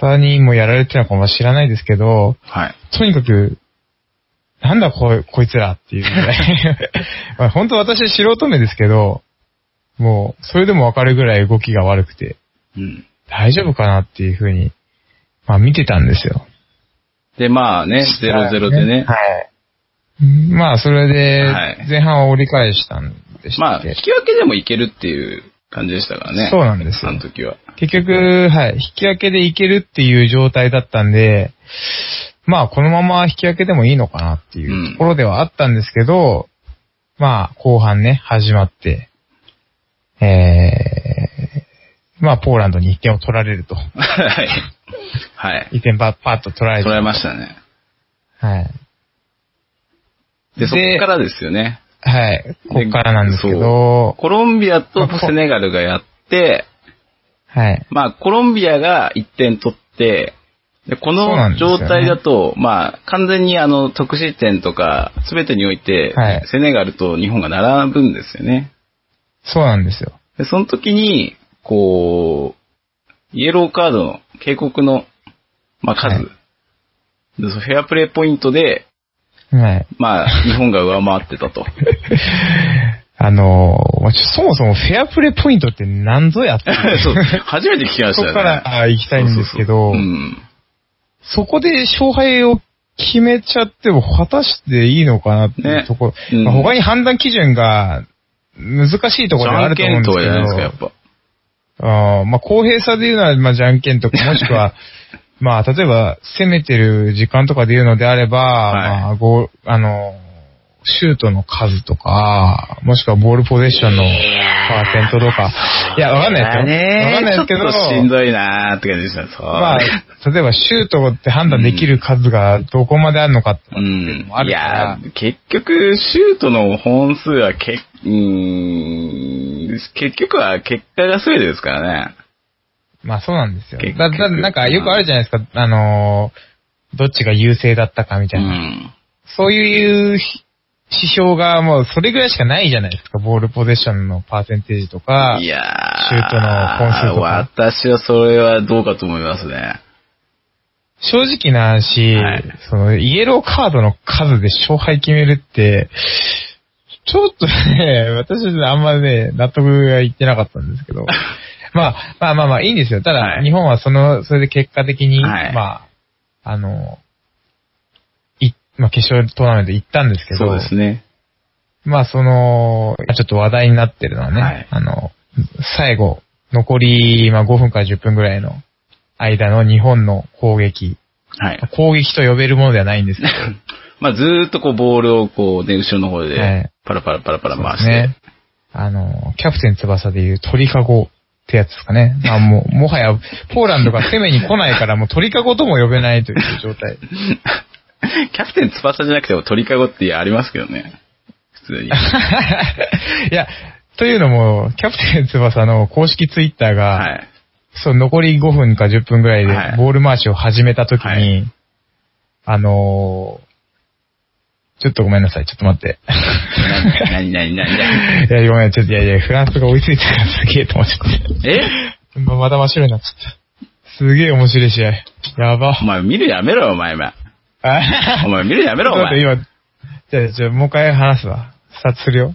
[SPEAKER 1] さにもやられてたのかも知らないですけど、
[SPEAKER 2] はい。
[SPEAKER 1] とにかく、なん
[SPEAKER 2] <laughs>
[SPEAKER 1] だこい、こいつらっていうぐらい。まあ本当私素人目ですけど、もう、それでもわかるぐらい動きが悪くて、
[SPEAKER 2] うん。
[SPEAKER 1] 大丈夫かなっていうふうに、まあ見てたんですよ。
[SPEAKER 2] で、まあね、0-0でね。
[SPEAKER 1] はい。まあ、それ
[SPEAKER 2] はい
[SPEAKER 1] で、前半を折り返したんでした
[SPEAKER 2] ま
[SPEAKER 1] っ
[SPEAKER 2] あ、
[SPEAKER 1] け、
[SPEAKER 2] 引き分けでもいけるっていう感じでしたからね。
[SPEAKER 1] そうなんですよ
[SPEAKER 2] あの時は。
[SPEAKER 1] 結局、はい、引き分けでいけるっていう状態だったんで、まあ、このまま引き分けでもいいのかなっていうところではあったんですけど、まあ、後半ね、始まって、えー、まあ、ポーランドに1点を取られると。
[SPEAKER 2] はい。はい。
[SPEAKER 1] 1点ばパッと取られ
[SPEAKER 2] 捉
[SPEAKER 1] て。
[SPEAKER 2] えましたね。
[SPEAKER 1] はい。
[SPEAKER 2] で、そこからですよね。
[SPEAKER 1] はい。ここからなんですけ
[SPEAKER 2] そう
[SPEAKER 1] ど、
[SPEAKER 2] コロンビアとセネガルがやって、
[SPEAKER 1] はい。
[SPEAKER 2] まあ、コロンビアが1点取って、で
[SPEAKER 1] そ
[SPEAKER 2] こ
[SPEAKER 1] うなんで
[SPEAKER 2] の
[SPEAKER 1] すよ
[SPEAKER 2] 状
[SPEAKER 1] ね
[SPEAKER 2] 態だと、まあ、完全にあの、得失点とか、すべてにおいて、
[SPEAKER 1] はい
[SPEAKER 2] セネガルと日本が並ぶんですよね。
[SPEAKER 1] そうなんですよ。
[SPEAKER 2] で、その時に、こう、イエローカードの警告の、まあ、数、
[SPEAKER 1] はい
[SPEAKER 2] でそのフェアプレーポイントで、
[SPEAKER 1] はい。
[SPEAKER 2] まあ、日本が上回ってたと。
[SPEAKER 1] あのーまあちょそもそもフェアプレーポイントって何ぞやっていう
[SPEAKER 2] <laughs> そう初めて聞きまし
[SPEAKER 1] そ
[SPEAKER 2] た
[SPEAKER 1] こ
[SPEAKER 2] よね。
[SPEAKER 1] からあ行きたいんですけど
[SPEAKER 2] そうそうそううん。
[SPEAKER 1] そこで勝敗を決めちゃっても果たしていいのかなっていうところ、
[SPEAKER 2] ねうん
[SPEAKER 1] まあ他に判断基準が難しいところではあると思うん
[SPEAKER 2] じゃんけ
[SPEAKER 1] ですけ
[SPEAKER 2] んとかじゃないですか、やっ
[SPEAKER 1] ど、
[SPEAKER 2] ぱ。
[SPEAKER 1] あーまあ、公平さで言うのは、まあ、じゃんけんとか、もしく
[SPEAKER 2] <laughs>
[SPEAKER 1] は、まあ、例えば、攻めてる時間とかで言うのであれば、
[SPEAKER 2] い
[SPEAKER 1] まあ、ゴーあの、シュートの数とか、もしくはボールポゼッションのパーセントとか、いや、わかんないですよ。わかんないですけど、
[SPEAKER 2] ちょっとしんどいなーって感じでしたね。そう
[SPEAKER 1] まあ、例えばシュートって判断できる数がどこまであるのかって
[SPEAKER 2] う
[SPEAKER 1] いうの
[SPEAKER 2] ん
[SPEAKER 1] もあ。
[SPEAKER 2] い
[SPEAKER 1] るか
[SPEAKER 2] や
[SPEAKER 1] ら、
[SPEAKER 2] ー、結局、シュートの本数はけ、うーん、結局は結果が全てですからね。
[SPEAKER 1] まあそうなんですよ。
[SPEAKER 2] 結
[SPEAKER 1] だ、
[SPEAKER 2] 局
[SPEAKER 1] だ、なんかよくあるじゃないですか、あのーどっちが優勢だったかみ
[SPEAKER 2] う
[SPEAKER 1] たいな。
[SPEAKER 2] ん。
[SPEAKER 1] そういうひ指標がもうそれぐらいしかないじゃないですか、ボールポゼッションのパーセンテージとか。
[SPEAKER 2] いやー、
[SPEAKER 1] シュートの本数とか
[SPEAKER 2] 私はそれはどうかと思いますね。
[SPEAKER 1] 正直な話、
[SPEAKER 2] はい
[SPEAKER 1] その、イエローカードの数で勝敗決めるって、ちょっとね、 <laughs> 私はあんまね、納得がいってなかったんですけ
[SPEAKER 2] <laughs>
[SPEAKER 1] ど、まあ、まあまあまあ、いいんですよ。ただ、
[SPEAKER 2] はい
[SPEAKER 1] 日本はその、それで結果的に、
[SPEAKER 2] はい
[SPEAKER 1] まあ、あの、い、まあ、決勝トーナメント行ったんですけど、
[SPEAKER 2] そうですね。
[SPEAKER 1] まあ、その、ちょっと話題になってるのはね、
[SPEAKER 2] はい
[SPEAKER 1] あの、最後、残り、まあ、5分から10分ぐらいの間の日本の攻撃、
[SPEAKER 2] はい。
[SPEAKER 1] 攻撃と呼べるものではないんですけど。
[SPEAKER 2] <laughs> まあ、ずーっとこう、ボールをこう、ね、後ろの方
[SPEAKER 1] はい
[SPEAKER 2] で、パラパラパラパラ回して。
[SPEAKER 1] ね。あの、キャプテン翼でいう鳥かごってやつですかね。まあもう、もはや、ポーランドが攻めに来ないから、もう鳥かごとも呼べないという状
[SPEAKER 2] <laughs>
[SPEAKER 1] 態。
[SPEAKER 2] キャプテン翼じゃなくても鳥かごってありますけどね。普通に。
[SPEAKER 1] いや、というのも、キャプテン翼の公式ツイッターが、
[SPEAKER 2] はい。
[SPEAKER 1] そう、残り5分か10分ぐらい
[SPEAKER 2] は
[SPEAKER 1] で、
[SPEAKER 2] い
[SPEAKER 1] ボール回しを始めたときに、
[SPEAKER 2] はい
[SPEAKER 1] あのーちょっとごめんなさい、ちょっと待って。
[SPEAKER 2] なになになになに
[SPEAKER 1] いや、ごめん、ちょっと、いやいや、フランスが追いついてからすげえと思っちゃっ
[SPEAKER 2] え
[SPEAKER 1] た。ままた真っ白になっちゃった。すげえ面白い試合。やば
[SPEAKER 2] お。前見るやめろよ、お前。お前お前見るやめろ、お
[SPEAKER 1] ちょっと
[SPEAKER 2] 前。
[SPEAKER 1] 今、じゃあ、じゃあもう一回話すわ。スタートするよ。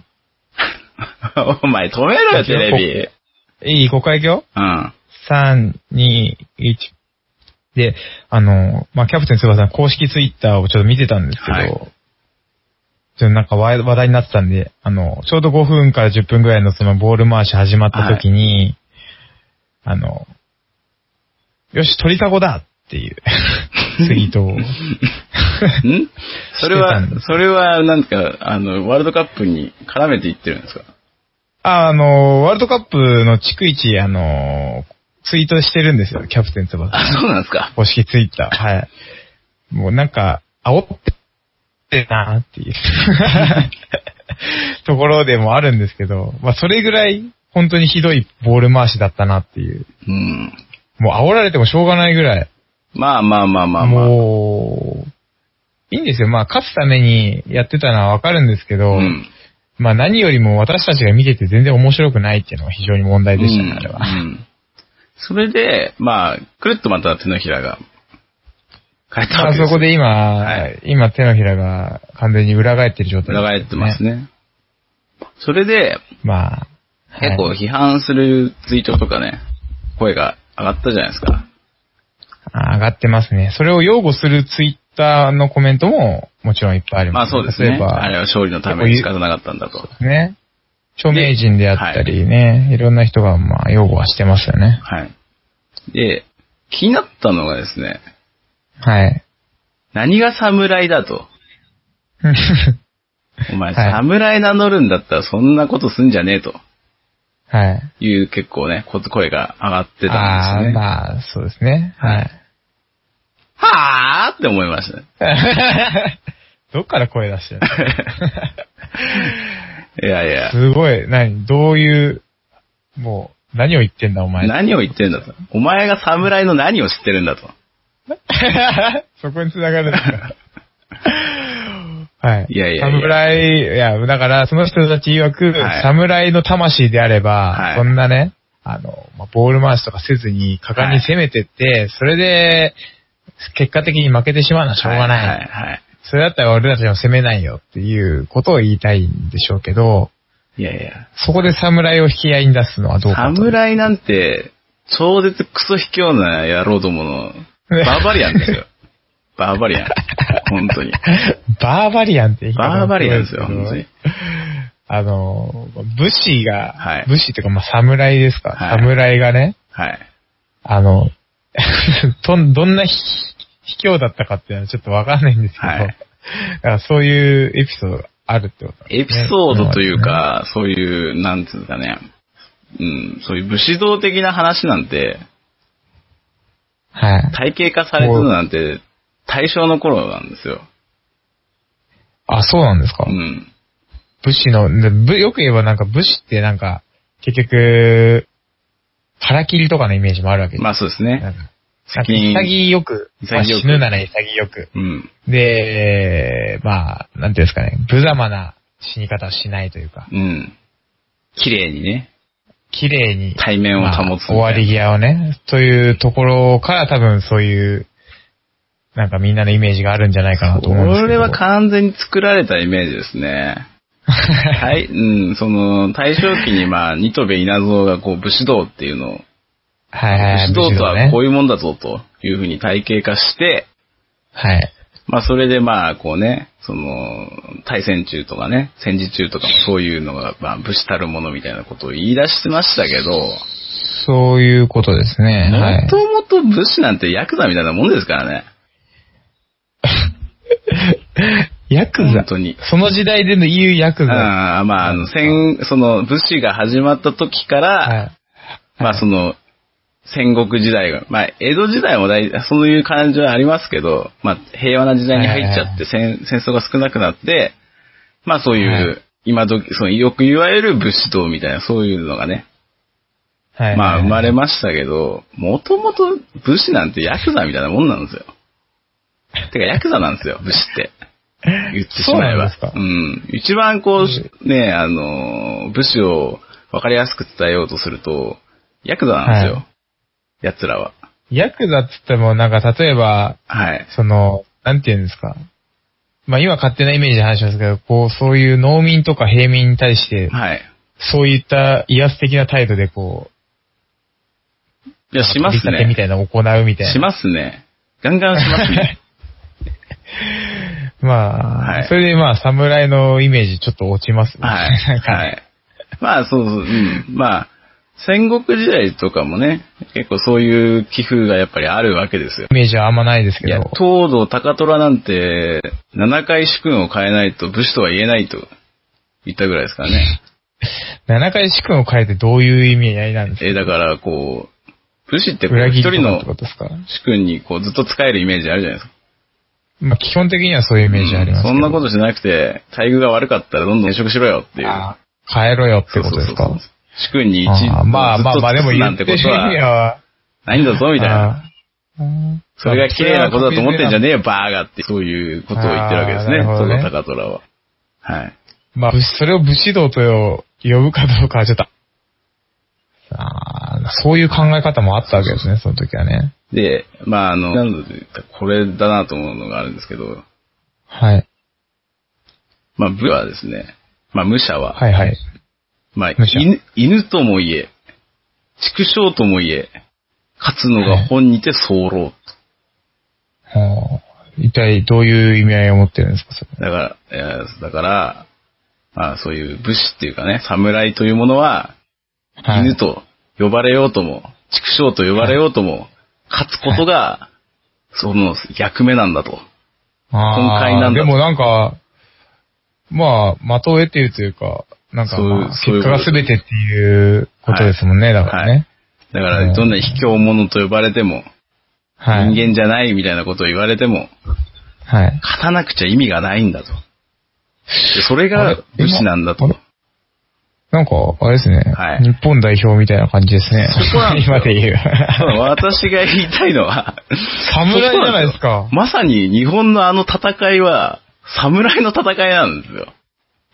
[SPEAKER 2] お前止めろよ、テレビ。
[SPEAKER 1] いい ?5 回行くよ。
[SPEAKER 2] うん。
[SPEAKER 1] 3、2、1。で、あの、まあ、キャプテン翼の公式ツイッターをちょっと見てたんですけど、
[SPEAKER 2] はい
[SPEAKER 1] ちょっとなんか話話題になってたんで、あの、ちょうど5分から10分ぐらいのそのボール回し始まった時に、あの、よし、鳥かごだって
[SPEAKER 2] <laughs>
[SPEAKER 1] いうツイートを。 <laughs>
[SPEAKER 2] んそれは
[SPEAKER 1] してたんで、す
[SPEAKER 2] それは、なんか、あの、ワールドカップに絡めていってるんですか
[SPEAKER 1] ああの、ワールドカップの逐一、あの、ツイートしてるんですよ、キャプテン翼。
[SPEAKER 2] あ、そうなんですか。
[SPEAKER 1] 公式ツイッター。はい。もうなんか、煽ってなーっていう <laughs> ところでもあるんですけど、まあそれぐらい本当にひどいボール回しだったなっていう。
[SPEAKER 2] うん。
[SPEAKER 1] もう煽られてもしょうがないぐらい。
[SPEAKER 2] まあまあまあまあまあ。
[SPEAKER 1] もう、いいんですよ。まあ勝つためにやってたのはわかるんですけど、
[SPEAKER 2] うん。
[SPEAKER 1] まあ何よりも私たちが見てて全然面白くないっていうのが非常に問題でしたね、あれは。
[SPEAKER 2] うんうんそれで、まあ、くるっとまた手のひらが、変えたわ
[SPEAKER 1] あ
[SPEAKER 2] けですよ。
[SPEAKER 1] そこで今、
[SPEAKER 2] はい
[SPEAKER 1] 今手のひらが完全に裏返ってる状態、
[SPEAKER 2] 裏返ってます。ね。それで、
[SPEAKER 1] まあ、
[SPEAKER 2] 結構批判するツイートとかね、声が上がったじゃないですか。
[SPEAKER 1] あ上がってますね。それを擁護するツイッターのコメントももちろんいっぱいあり
[SPEAKER 2] ま
[SPEAKER 1] ま
[SPEAKER 2] あ
[SPEAKER 1] す、
[SPEAKER 2] そうですね。
[SPEAKER 1] 例えば、
[SPEAKER 2] あれは勝利のために仕方なかったんだと。
[SPEAKER 1] ね。著名人であったりね、い、ろんな人がまあ擁護はしてますよね。
[SPEAKER 2] はい。で、気になったのがですね、
[SPEAKER 1] はい。 <laughs>
[SPEAKER 2] 何が侍だと。お前、
[SPEAKER 1] はい
[SPEAKER 2] 侍名乗るんだったらそんなことすんじゃねえと
[SPEAKER 1] はい。
[SPEAKER 2] いう結構ね、こ声が上がって
[SPEAKER 1] あ
[SPEAKER 2] たん
[SPEAKER 1] あ
[SPEAKER 2] です
[SPEAKER 1] ー、
[SPEAKER 2] よね。
[SPEAKER 1] まあ、そうですね。はい。
[SPEAKER 2] はぁーって思いましたね。 <laughs>
[SPEAKER 1] <laughs> どっから声出してるの
[SPEAKER 2] いやいや、
[SPEAKER 1] すごい、何、どういう、もう、何を言ってんだお前。
[SPEAKER 2] 何を言ってんだと。お前が侍の何を知ってるんだと。
[SPEAKER 1] そこに繋がるんだ。はい。
[SPEAKER 2] いやいやいや
[SPEAKER 1] 侍、いや、だから、その人たち曰く、
[SPEAKER 2] はい
[SPEAKER 1] 侍の魂であれば、
[SPEAKER 2] はい
[SPEAKER 1] そんなね、あの、まあ、ボール回しとかせずに、果敢に攻めてって、それで、結果的に負けてしまうのはしょうがない。
[SPEAKER 2] はいはい、はい。
[SPEAKER 1] それだったら俺たちも攻めないよっていうことを言いたいんでしょうけど、
[SPEAKER 2] いやいや。
[SPEAKER 1] そこで侍を引き合いに出すのはどうかと。
[SPEAKER 2] 侍なんて、超絶クソ卑怯な野郎ど
[SPEAKER 1] <laughs>
[SPEAKER 2] もの、バーバリアンですよ。バーバリアン。本当に。
[SPEAKER 1] <laughs> バーバリアンって言い方
[SPEAKER 2] バーバリアンです
[SPEAKER 1] す
[SPEAKER 2] よ、
[SPEAKER 1] ごい
[SPEAKER 2] 本当に。
[SPEAKER 1] あの、武士が、
[SPEAKER 2] はい
[SPEAKER 1] 武士っていうか、まあ、侍ですか、
[SPEAKER 2] はい
[SPEAKER 1] 侍がね、
[SPEAKER 2] はい。
[SPEAKER 1] あの、 <laughs> どん、どんなひ卑怯だったかっていうのはちょっとわかんないんですけど、
[SPEAKER 2] はい
[SPEAKER 1] だからそういうエピソードがあるってことなん
[SPEAKER 2] エ
[SPEAKER 1] です
[SPEAKER 2] ピ
[SPEAKER 1] ね、
[SPEAKER 2] ソードというか、そういう、なんつうんですかね。うん、そういう武士道的な話なんて、
[SPEAKER 1] はい。
[SPEAKER 2] 体系化されてるのなんて、大正の頃なんですよ。
[SPEAKER 1] あ、そうなんですか、
[SPEAKER 2] うん。
[SPEAKER 1] 武士の、でぶよく言えばなんか武士ってなんか、結局、腹切りとかのイメージもあるわけです。
[SPEAKER 2] まあそうです
[SPEAKER 1] な
[SPEAKER 2] ね。
[SPEAKER 1] んかなんか
[SPEAKER 2] 責任
[SPEAKER 1] 潔く、まあ
[SPEAKER 2] 潔く
[SPEAKER 1] 死ぬなら潔く。
[SPEAKER 2] うん。
[SPEAKER 1] で、まあ、なんていうんですかね、無様な死に方をしないというか、
[SPEAKER 2] うん。綺麗にね、
[SPEAKER 1] 綺麗に、
[SPEAKER 2] 対面を
[SPEAKER 1] まあ
[SPEAKER 2] 保つみたいな
[SPEAKER 1] 終わり際をね、というところから多分そういう、なんかみんなのイメージがあるんじゃないかなと
[SPEAKER 2] こ
[SPEAKER 1] 思うんですけど。
[SPEAKER 2] れは完全に作られたイメージです <laughs> ね。はい、うん、その、大正期にまあ、ニトベ稲造がこう、武士道っていうのを、
[SPEAKER 1] はいはいはい。
[SPEAKER 2] 武士道と
[SPEAKER 1] 武
[SPEAKER 2] は
[SPEAKER 1] 士道
[SPEAKER 2] こう
[SPEAKER 1] ね
[SPEAKER 2] いうもんだぞというふうに体系化して、
[SPEAKER 1] はい。
[SPEAKER 2] まあ、それでまあ、こうね、その、対戦中とかね、戦時中とかもそういうのが、まあ、武士たるものみたいなことを言い出してましたけど、
[SPEAKER 1] そういうことですね。は
[SPEAKER 2] も
[SPEAKER 1] い。
[SPEAKER 2] ともと武士なんてヤクザみたいなもんですからね。
[SPEAKER 1] ヤクザ
[SPEAKER 2] 本当に。
[SPEAKER 1] その時代での言うヤク
[SPEAKER 2] うん、
[SPEAKER 1] ザ。
[SPEAKER 2] まあ、あの、戦、その、武士が始まった時から、
[SPEAKER 1] はい。
[SPEAKER 2] まあその、戦国時代が、まあ江戸時代も大そういう感じはありますけど、まあ平和な時代に入っちゃって戦戦争が少なくなって、まあそういう、
[SPEAKER 1] は
[SPEAKER 2] 今時、そのよくいわゆる武士道みたいなそういうのがね、
[SPEAKER 1] はい。
[SPEAKER 2] まあ生まれ
[SPEAKER 1] ま
[SPEAKER 2] ましたけど、もともと武士なんてヤクザみたいなもんなんですよ。てかヤクザなんですよ、武士って。言ってしまえば。
[SPEAKER 1] そうなんですか
[SPEAKER 2] ん。一番こう、ね、あの、武士を分かりやすく伝えようとすると、ヤクザなんですよ。
[SPEAKER 1] は
[SPEAKER 2] 奴らは。
[SPEAKER 1] ヤクザって言っても、なんか例えば、
[SPEAKER 2] はい。
[SPEAKER 1] その、なんて言うんですか。まあ今勝手なイメージで話しますけど、こう、そういう農民とか平民に対して、
[SPEAKER 2] はい。
[SPEAKER 1] そういった威圧的な態度でこ、
[SPEAKER 2] いうや、します
[SPEAKER 1] 取り立てみ
[SPEAKER 2] ね。
[SPEAKER 1] たいなのを行うみたいな。
[SPEAKER 2] しますね。ガンガンしますね。
[SPEAKER 1] まあ、
[SPEAKER 2] はい
[SPEAKER 1] それでまあ侍のイメージちょっと落ちますね。
[SPEAKER 2] はい。
[SPEAKER 1] なんか
[SPEAKER 2] はい。まあ、そうそう、うん。まあ、戦国時代とかもね、結構そういう気風がやっぱりあるわけですよ。
[SPEAKER 1] イメージはあんまないですけ
[SPEAKER 2] いや、
[SPEAKER 1] ど。
[SPEAKER 2] 東堂高虎なんて、7回主君を変えないと武士とは言えないと言ったぐらいですからね。
[SPEAKER 1] 7回主君を変えてどういう意味合いなんですか
[SPEAKER 2] え、だから、こう、武士ってこう
[SPEAKER 1] 裏切
[SPEAKER 2] 一
[SPEAKER 1] りと
[SPEAKER 2] 人
[SPEAKER 1] かっ
[SPEAKER 2] の
[SPEAKER 1] てことですか
[SPEAKER 2] 主君にこうずっと使えるイメージあるじゃないですか。
[SPEAKER 1] まあ基本的にはそういうイメージありますけど、
[SPEAKER 2] うんそんなことしなくて、待遇が悪かったらどんどん転職しろよっていう。
[SPEAKER 1] あー変えろよってことですか
[SPEAKER 2] そうそうそう主君に一
[SPEAKER 1] あーまあまあまあ、でも
[SPEAKER 2] な
[SPEAKER 1] 言
[SPEAKER 2] ん
[SPEAKER 1] ってて
[SPEAKER 2] こ
[SPEAKER 1] る
[SPEAKER 2] と
[SPEAKER 1] <laughs> 意味
[SPEAKER 2] は、
[SPEAKER 1] は、
[SPEAKER 2] ないんだぞみたいな。
[SPEAKER 1] あー。うん
[SPEAKER 2] それが綺麗なことだと思ってんじゃ
[SPEAKER 1] ね
[SPEAKER 2] ねえよ、バーガーって。そういうことを言ってるわけです
[SPEAKER 1] あーな
[SPEAKER 2] ね、
[SPEAKER 1] る
[SPEAKER 2] そ
[SPEAKER 1] ほど
[SPEAKER 2] の
[SPEAKER 1] ね
[SPEAKER 2] 高虎は。はい。
[SPEAKER 1] まあ、ぶそれを武士道と呼ぶかどうかはちょっと、あーそういう考え方もあったわけですね、その時はね。
[SPEAKER 2] で、まあ、あの、なんだと言ったらこれだなと思うのがあるんですけど、
[SPEAKER 1] はい。
[SPEAKER 2] まあ、武はですね、まあ、武者は、
[SPEAKER 1] はいはい。
[SPEAKER 2] まあ、
[SPEAKER 1] むしろ
[SPEAKER 2] 犬、犬ともいえ、畜生ともいえ、勝つのが本にて候。
[SPEAKER 1] はあ一体どういう意味合いを持ってるんですか、それ。
[SPEAKER 2] だから、えーだから、まあそういう武士っていうかね、侍というものは、
[SPEAKER 1] はい
[SPEAKER 2] 犬と呼ばれようとも、畜生と呼ばれようとも、勝つことが、その役目なんだと。
[SPEAKER 1] あ
[SPEAKER 2] 今回なんだ
[SPEAKER 1] でもなんか、まあ、的を得てるというか、なんか、
[SPEAKER 2] そう
[SPEAKER 1] まあ
[SPEAKER 2] そういう
[SPEAKER 1] 結
[SPEAKER 2] こ
[SPEAKER 1] 果
[SPEAKER 2] と
[SPEAKER 1] が全てっていうことですもんね、だからね。
[SPEAKER 2] だか
[SPEAKER 1] う
[SPEAKER 2] ら、
[SPEAKER 1] ん
[SPEAKER 2] どんな卑怯者と呼ばれても、
[SPEAKER 1] はい。
[SPEAKER 2] 人間じゃないみたいなことを言われても、
[SPEAKER 1] はい。
[SPEAKER 2] 勝たなくちゃ意味がないんだと。でそれ
[SPEAKER 1] あ
[SPEAKER 2] が
[SPEAKER 1] れ
[SPEAKER 2] 武士なんだと。
[SPEAKER 1] 今あなんか、あれですね、
[SPEAKER 2] はい
[SPEAKER 1] 日本代表みたいな感じですね。
[SPEAKER 2] そこなんですよ
[SPEAKER 1] <laughs> 今で
[SPEAKER 2] <laughs>
[SPEAKER 1] 言う。
[SPEAKER 2] ただ私が言いたいのは、
[SPEAKER 1] 侍じゃないですか。
[SPEAKER 2] まさに日本のあの戦いは、侍の戦いなんですよ。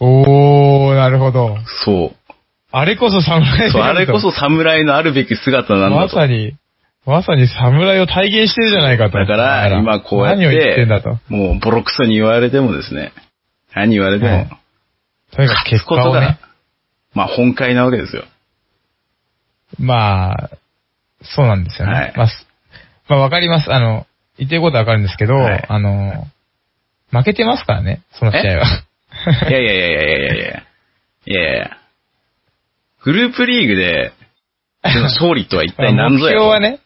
[SPEAKER 1] おー、なるほど。
[SPEAKER 2] そう。
[SPEAKER 1] あれこそ侍
[SPEAKER 2] そう、
[SPEAKER 1] で
[SPEAKER 2] あ
[SPEAKER 1] あ
[SPEAKER 2] れ
[SPEAKER 1] ると
[SPEAKER 2] こそ侍のあるべき姿なんだ
[SPEAKER 1] ま
[SPEAKER 2] と。
[SPEAKER 1] さに、まさに侍を体現してるじゃないかと。
[SPEAKER 2] だから、今こうやっ
[SPEAKER 1] 何を言ってんだと
[SPEAKER 2] て。、もうボロクソに言われてもですね、何言われて
[SPEAKER 1] は
[SPEAKER 2] も
[SPEAKER 1] い、とにかく
[SPEAKER 2] 勝つ
[SPEAKER 1] 結
[SPEAKER 2] こ
[SPEAKER 1] 果
[SPEAKER 2] と
[SPEAKER 1] をね
[SPEAKER 2] が。、まあ本会なわけですよ。
[SPEAKER 1] まあ、そうなんですよね。
[SPEAKER 2] はい
[SPEAKER 1] まあ、すまあわかります。あの、言ってることはわかるんですけど、
[SPEAKER 2] はい
[SPEAKER 1] あの、負けてますからね、その試合は。
[SPEAKER 2] いやいやいやいやいやいやいや。いやいやいやグループリー
[SPEAKER 1] <laughs>
[SPEAKER 2] グで、その勝利とは一
[SPEAKER 1] <laughs>
[SPEAKER 2] 体
[SPEAKER 1] まあ
[SPEAKER 2] 何
[SPEAKER 1] 目
[SPEAKER 2] ぞや
[SPEAKER 1] 標
[SPEAKER 2] と。
[SPEAKER 1] はね、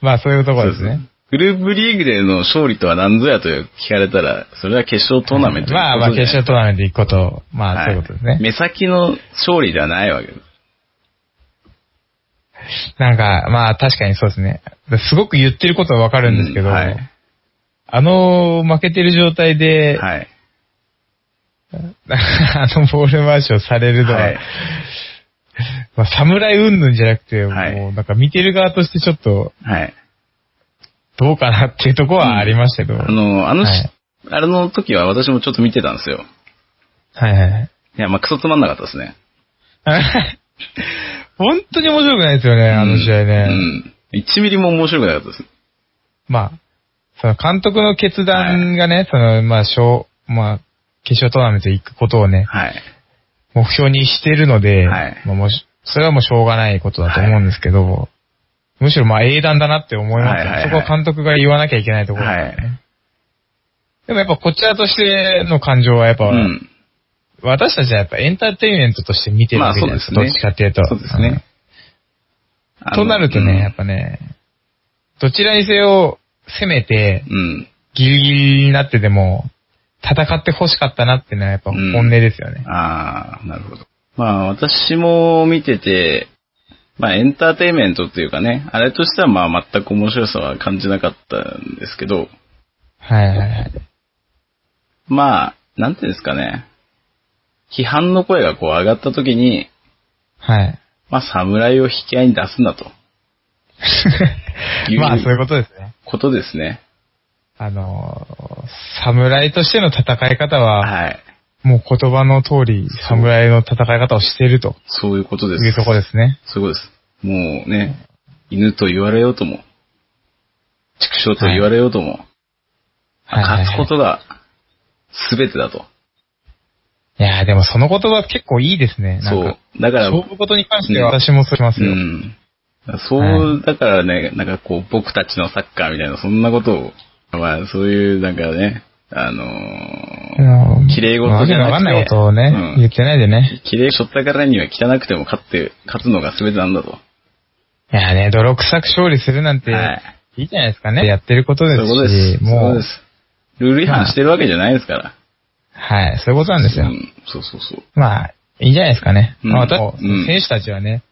[SPEAKER 1] まあそういうとこ
[SPEAKER 2] そう
[SPEAKER 1] ろで
[SPEAKER 2] で
[SPEAKER 1] すすね
[SPEAKER 2] ね。。グループリーグでの勝利とは何ぞやと聞かれたら、それは決勝トーナメント
[SPEAKER 1] まあまあ決勝
[SPEAKER 2] ト
[SPEAKER 1] トーナメント行くこと、まあそういうことですね。
[SPEAKER 2] 目先の勝利ではないわけです。
[SPEAKER 1] なんか、まあ確かにそうですね。すごく言ってることはわかるんですけど、
[SPEAKER 2] うんはい
[SPEAKER 1] あの、負けてる状態で、
[SPEAKER 2] はい。
[SPEAKER 1] <laughs> あのボール回しをされるのは、
[SPEAKER 2] はい
[SPEAKER 1] まあ、侍云々じゃなくて、
[SPEAKER 2] はい
[SPEAKER 1] もうなんか見てる側としてちょっと
[SPEAKER 2] はい。
[SPEAKER 1] どうかなっていうとこはありましたけど。
[SPEAKER 2] あの、あのし、
[SPEAKER 1] はい
[SPEAKER 2] あれの時は私もちょっと見てたんですよ。
[SPEAKER 1] はいはい <laughs>
[SPEAKER 2] いや、まあ、クソつまんなかったですね。
[SPEAKER 1] はい。本当に面白くないですよね、あの試合ね。
[SPEAKER 2] うん。1ミリも面白くなかったです。
[SPEAKER 1] まあ、その監督の決断がね、その、まあ、小、まあ、決勝トーナメント行くことをね、
[SPEAKER 2] はい。
[SPEAKER 1] 目標にしてるので、
[SPEAKER 2] はい
[SPEAKER 1] まあ、もうしそれはもうしょうがないことだと思うんですけど、むしろまあ英断だなって思います、ね
[SPEAKER 2] はいはいはい
[SPEAKER 1] そこは監督が言わなきゃいけないところですね。
[SPEAKER 2] はい
[SPEAKER 1] でもやっぱこちらとしての感情はやっぱ、
[SPEAKER 2] うん。
[SPEAKER 1] 私たちはやっぱエンターテインメントとして見てるわけじゃないですか、
[SPEAKER 2] まあそうで
[SPEAKER 1] どっ
[SPEAKER 2] すね
[SPEAKER 1] ちかっていうと。
[SPEAKER 2] そうですね。
[SPEAKER 1] うん。となるとね、やっ
[SPEAKER 2] ぱ。
[SPEAKER 1] ぱね、どちらにせよ攻めて、
[SPEAKER 2] うん。
[SPEAKER 1] ギリギリになってでも、戦って欲しかったなっていうのはやっぱ本音ですよね。
[SPEAKER 2] ああ、なるほど。まあ、私も見てて、まあ、エンターテインメントっていうかね、あれとしてはまあ、全く面白さは感じなかったんですけど、
[SPEAKER 1] はいはいはい。
[SPEAKER 2] まあ、なんていうんですかね、批判の声がこう上がった時に、
[SPEAKER 1] はい。
[SPEAKER 2] まあ、侍を引き合いに出すん
[SPEAKER 1] <laughs>
[SPEAKER 2] だと、いう
[SPEAKER 1] まあ、そういうことですね。
[SPEAKER 2] ことですね。
[SPEAKER 1] あのー、侍としての戦い方は、
[SPEAKER 2] はい。
[SPEAKER 1] もう言葉の通り、侍の戦い方をしていると
[SPEAKER 2] そういうことです。
[SPEAKER 1] いうところですね。
[SPEAKER 2] そういうことです。もうね、犬と言われようとも、畜生と言われようとも、
[SPEAKER 1] はいはいはい
[SPEAKER 2] 勝つことが全てだと。
[SPEAKER 1] いやーでもその言葉結構いいですね。なん
[SPEAKER 2] そ
[SPEAKER 1] か
[SPEAKER 2] う。。だから、
[SPEAKER 1] 勝負事に関しては私もそうします
[SPEAKER 2] う
[SPEAKER 1] よ。
[SPEAKER 2] ん。そう、
[SPEAKER 1] は
[SPEAKER 2] だからね、なんかこう、僕たちのサッカーみたいな、そんなことを、まあ、そういう、なんかね、あのー
[SPEAKER 1] うん
[SPEAKER 2] 綺麗事じゃなくて
[SPEAKER 1] わけのわかんないことをね、
[SPEAKER 2] うん
[SPEAKER 1] 言ってないでね。
[SPEAKER 2] 綺麗しょったからには汚くても勝って、勝つのが全てなんだと。
[SPEAKER 1] いやーね、泥臭く勝利するなんて、
[SPEAKER 2] は
[SPEAKER 1] い
[SPEAKER 2] い。
[SPEAKER 1] いじゃないですかね。やってること
[SPEAKER 2] そう
[SPEAKER 1] です
[SPEAKER 2] い
[SPEAKER 1] し、
[SPEAKER 2] うことです。
[SPEAKER 1] も
[SPEAKER 2] そう
[SPEAKER 1] う
[SPEAKER 2] です。ルール違反してるわけじゃないですから。
[SPEAKER 1] はい、そういうことなんですよ。
[SPEAKER 2] うん、そうそうそう。
[SPEAKER 1] まあ、いいんじゃないですかね。
[SPEAKER 2] うん
[SPEAKER 1] まあ、私も
[SPEAKER 2] うん
[SPEAKER 1] 選手たちはね、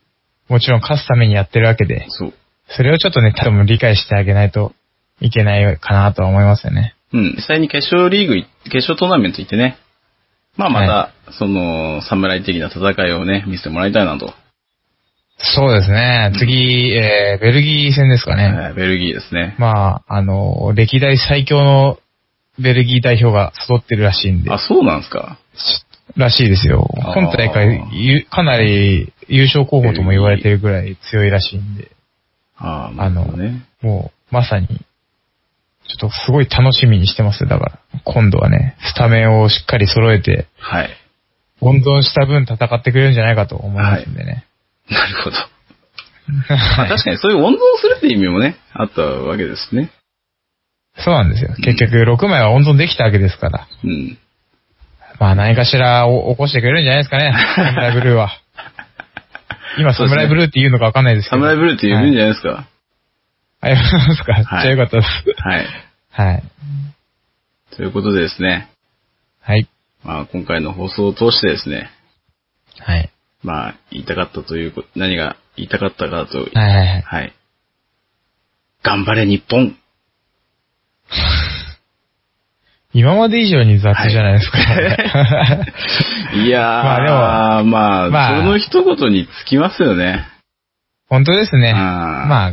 [SPEAKER 1] もちろん勝つためにやってるわけで、
[SPEAKER 2] そう。
[SPEAKER 1] それをちょっとね、多分理解してあげないといけないかなとは思いますよね。
[SPEAKER 2] うん、実際に決勝リーグい、決勝トーナメント行ってね、まあまた、
[SPEAKER 1] は
[SPEAKER 2] その、侍的な戦いをね、見せてもらいたいなと。
[SPEAKER 1] そうですね。次、えー、ベルギー戦ですかね。
[SPEAKER 2] えーベルギーですね。
[SPEAKER 1] まあ、あの、歴代最強のベルギー代表が揃ってるらしいんで
[SPEAKER 2] あ、、そうなんですか。
[SPEAKER 1] らしいですよ。
[SPEAKER 2] あー
[SPEAKER 1] 今大会、ゆかなり優勝候補とも言われてるぐらい強いらしいんで、
[SPEAKER 2] ああ、な
[SPEAKER 1] あ
[SPEAKER 2] る
[SPEAKER 1] の
[SPEAKER 2] ほどね。
[SPEAKER 1] もう、まさに、ちょっとすごい楽しみにしてますよだから、今度はね、スタメンをしっかり揃えて、
[SPEAKER 2] はい。 <laughs>
[SPEAKER 1] 温存した分戦ってくれるんじゃないかと思いますんでね。
[SPEAKER 2] なるほど。ま
[SPEAKER 1] は
[SPEAKER 2] あ、
[SPEAKER 1] い <laughs>
[SPEAKER 2] 確かにそういう温存するって意味もね、あったわけですね。
[SPEAKER 1] そうなんですよ。結局、6枚は温存できたわけですから。
[SPEAKER 2] うん。
[SPEAKER 1] まあ、何かしらお起こしてくれるんじゃないですかね。サムライブルー
[SPEAKER 2] <laughs>
[SPEAKER 1] は。今、
[SPEAKER 2] そ
[SPEAKER 1] サ
[SPEAKER 2] うですね
[SPEAKER 1] ムライブルーって言うのかわかんないですけ
[SPEAKER 2] サ
[SPEAKER 1] ど。
[SPEAKER 2] ムライブルーって言うんじ
[SPEAKER 1] ゃ
[SPEAKER 2] ゃないですか。
[SPEAKER 1] はい、あ、そうですか。じゃ
[SPEAKER 2] はい
[SPEAKER 1] あよかったです。
[SPEAKER 2] はい。
[SPEAKER 1] はい。
[SPEAKER 2] ということでですね、
[SPEAKER 1] はい。
[SPEAKER 2] まあ今回の放送を通してですね、
[SPEAKER 1] はい。
[SPEAKER 2] まあ言いたかったというこ、何が言いたかったかと、
[SPEAKER 1] はいはいはい。
[SPEAKER 2] はい。頑張れ日本
[SPEAKER 1] 今まで以上に雑じゃないですか。
[SPEAKER 2] い <laughs> やー、ま
[SPEAKER 1] ま
[SPEAKER 2] あ、
[SPEAKER 1] まあ
[SPEAKER 2] その一言につきますよね。
[SPEAKER 1] <laughs> 本当ですね。
[SPEAKER 2] うん
[SPEAKER 1] まあ、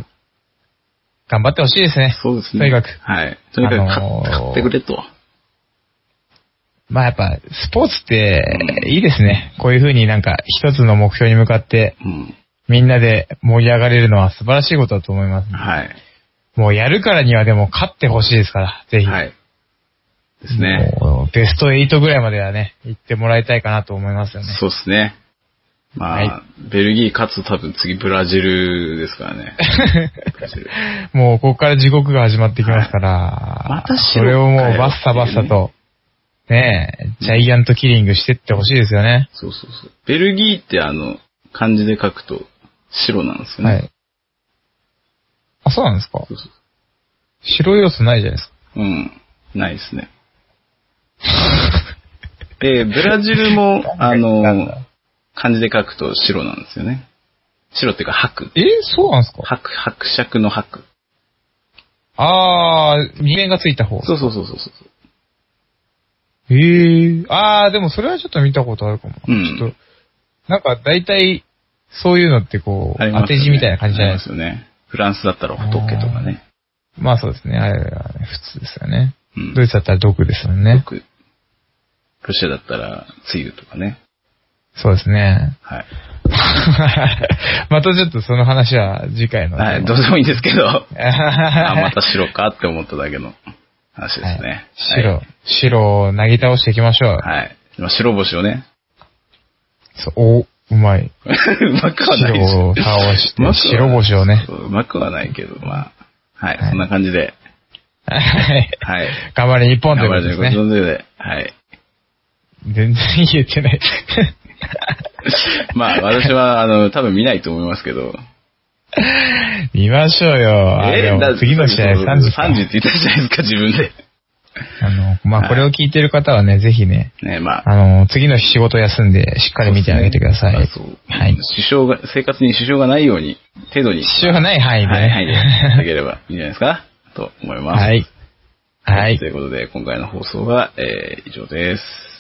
[SPEAKER 1] 頑張ってほしいですね。
[SPEAKER 2] そうですね。
[SPEAKER 1] とにかく
[SPEAKER 2] はい。とにかく買,、
[SPEAKER 1] あのー
[SPEAKER 2] ってくれと。
[SPEAKER 1] まあやっぱ、スポーツっ
[SPEAKER 2] う
[SPEAKER 1] ていいですね。こういうふうになんか一つの目標に向かって
[SPEAKER 2] うん。
[SPEAKER 1] みんなで盛り上がれるのは素晴らしいことだと思います。
[SPEAKER 2] はい。
[SPEAKER 1] もうやるからにはでも勝ってほしいですから、ぜひ。
[SPEAKER 2] はい。ですね。
[SPEAKER 1] もうベスト8ぐらいまではね、行ってもらいたいかなと思いますよね。
[SPEAKER 2] そうですね。まあ、
[SPEAKER 1] は
[SPEAKER 2] ベルギー勝つと多分次ブラジルですか
[SPEAKER 1] <laughs>
[SPEAKER 2] らね。ブラジル
[SPEAKER 1] もうここから地獄が始まってきますから、
[SPEAKER 2] また
[SPEAKER 1] そ
[SPEAKER 2] 白か
[SPEAKER 1] れ
[SPEAKER 2] よ
[SPEAKER 1] をもうバッサバッサと、ねえ、ジャイアントキリングしてってほしいですよね。
[SPEAKER 2] そうそうそう。ベルギーってあの、漢字で書くと白なんですよね。
[SPEAKER 1] はい。あ、そうなんですか
[SPEAKER 2] そうそ
[SPEAKER 1] 白い要素ないじゃないですか。
[SPEAKER 2] う。うん。ないですね。 <laughs> で、ブラジルも、あ
[SPEAKER 1] なん
[SPEAKER 2] の
[SPEAKER 1] だ、
[SPEAKER 2] 漢字で書くと白なんですよね。白っていうか白。
[SPEAKER 1] えそうなんですか
[SPEAKER 2] 白、白尺の白。
[SPEAKER 1] あー、人間がついた方。
[SPEAKER 2] そうそうそうそうそ
[SPEAKER 1] へ
[SPEAKER 2] う。
[SPEAKER 1] えー。あー、でもそれはちょっと見たことあるかもな。
[SPEAKER 2] うん
[SPEAKER 1] ちょっと、なんか大体、そういうのってこう、
[SPEAKER 2] ありますよね
[SPEAKER 1] 当て字みたいな感じじゃないです
[SPEAKER 2] あ
[SPEAKER 1] か。
[SPEAKER 2] りますよね。フランスだったら仏とかね。
[SPEAKER 1] まあそうですね。あれはね、普通ですよね。
[SPEAKER 2] うん
[SPEAKER 1] ドイツだったら毒ですもんね。
[SPEAKER 2] 僕ロシアだったら、梅雨とかね。
[SPEAKER 1] そうですね。 <laughs>
[SPEAKER 2] はい。
[SPEAKER 1] またちょっとその話は次回の。 <laughs>
[SPEAKER 2] はい、どうでもいいんですけど、あ、ま
[SPEAKER 1] ま
[SPEAKER 2] た白かって思っただけの話ですね。
[SPEAKER 1] 白、白をなぎ倒していきましょう。
[SPEAKER 2] はい。はい。まあ白星をね、
[SPEAKER 1] そうお、う
[SPEAKER 2] <laughs>
[SPEAKER 1] まい。
[SPEAKER 2] うまくはないです
[SPEAKER 1] 白を倒して
[SPEAKER 2] うまくはない
[SPEAKER 1] 白星をね
[SPEAKER 2] そううまくはないけど、まあ、はい、
[SPEAKER 1] はい
[SPEAKER 2] そんな感じで、
[SPEAKER 1] はい。
[SPEAKER 2] はい。
[SPEAKER 1] 頑張れ日本という
[SPEAKER 2] 頑
[SPEAKER 1] こ
[SPEAKER 2] 張
[SPEAKER 1] とで
[SPEAKER 2] れとい
[SPEAKER 1] す
[SPEAKER 2] うこ
[SPEAKER 1] ね。
[SPEAKER 2] とで、はい。
[SPEAKER 1] 全然言えてない。 <laughs>
[SPEAKER 2] まあ、私は、あの、多分見ないと思いますけど。
[SPEAKER 1] 見ましょうよ。あでも
[SPEAKER 2] だって
[SPEAKER 1] 次の試合3時
[SPEAKER 2] 30って言ったじゃないですか、自分で。
[SPEAKER 1] あの、まあ、これを聞いてる方はね、ぜひね、
[SPEAKER 2] ね、まあ、
[SPEAKER 1] あの、次の日仕事休んで、しっかり見てあげてください。
[SPEAKER 2] あそう。
[SPEAKER 1] はい。
[SPEAKER 2] 支障が、生活に支障がないように、程度に。
[SPEAKER 1] 支障がない範囲でね
[SPEAKER 2] はい、はいで。いただければいいんじゃないですか、と思いま
[SPEAKER 1] <laughs>
[SPEAKER 2] す。
[SPEAKER 1] はい。はい
[SPEAKER 2] と。いうことで、今回の放送は、えー、以上です。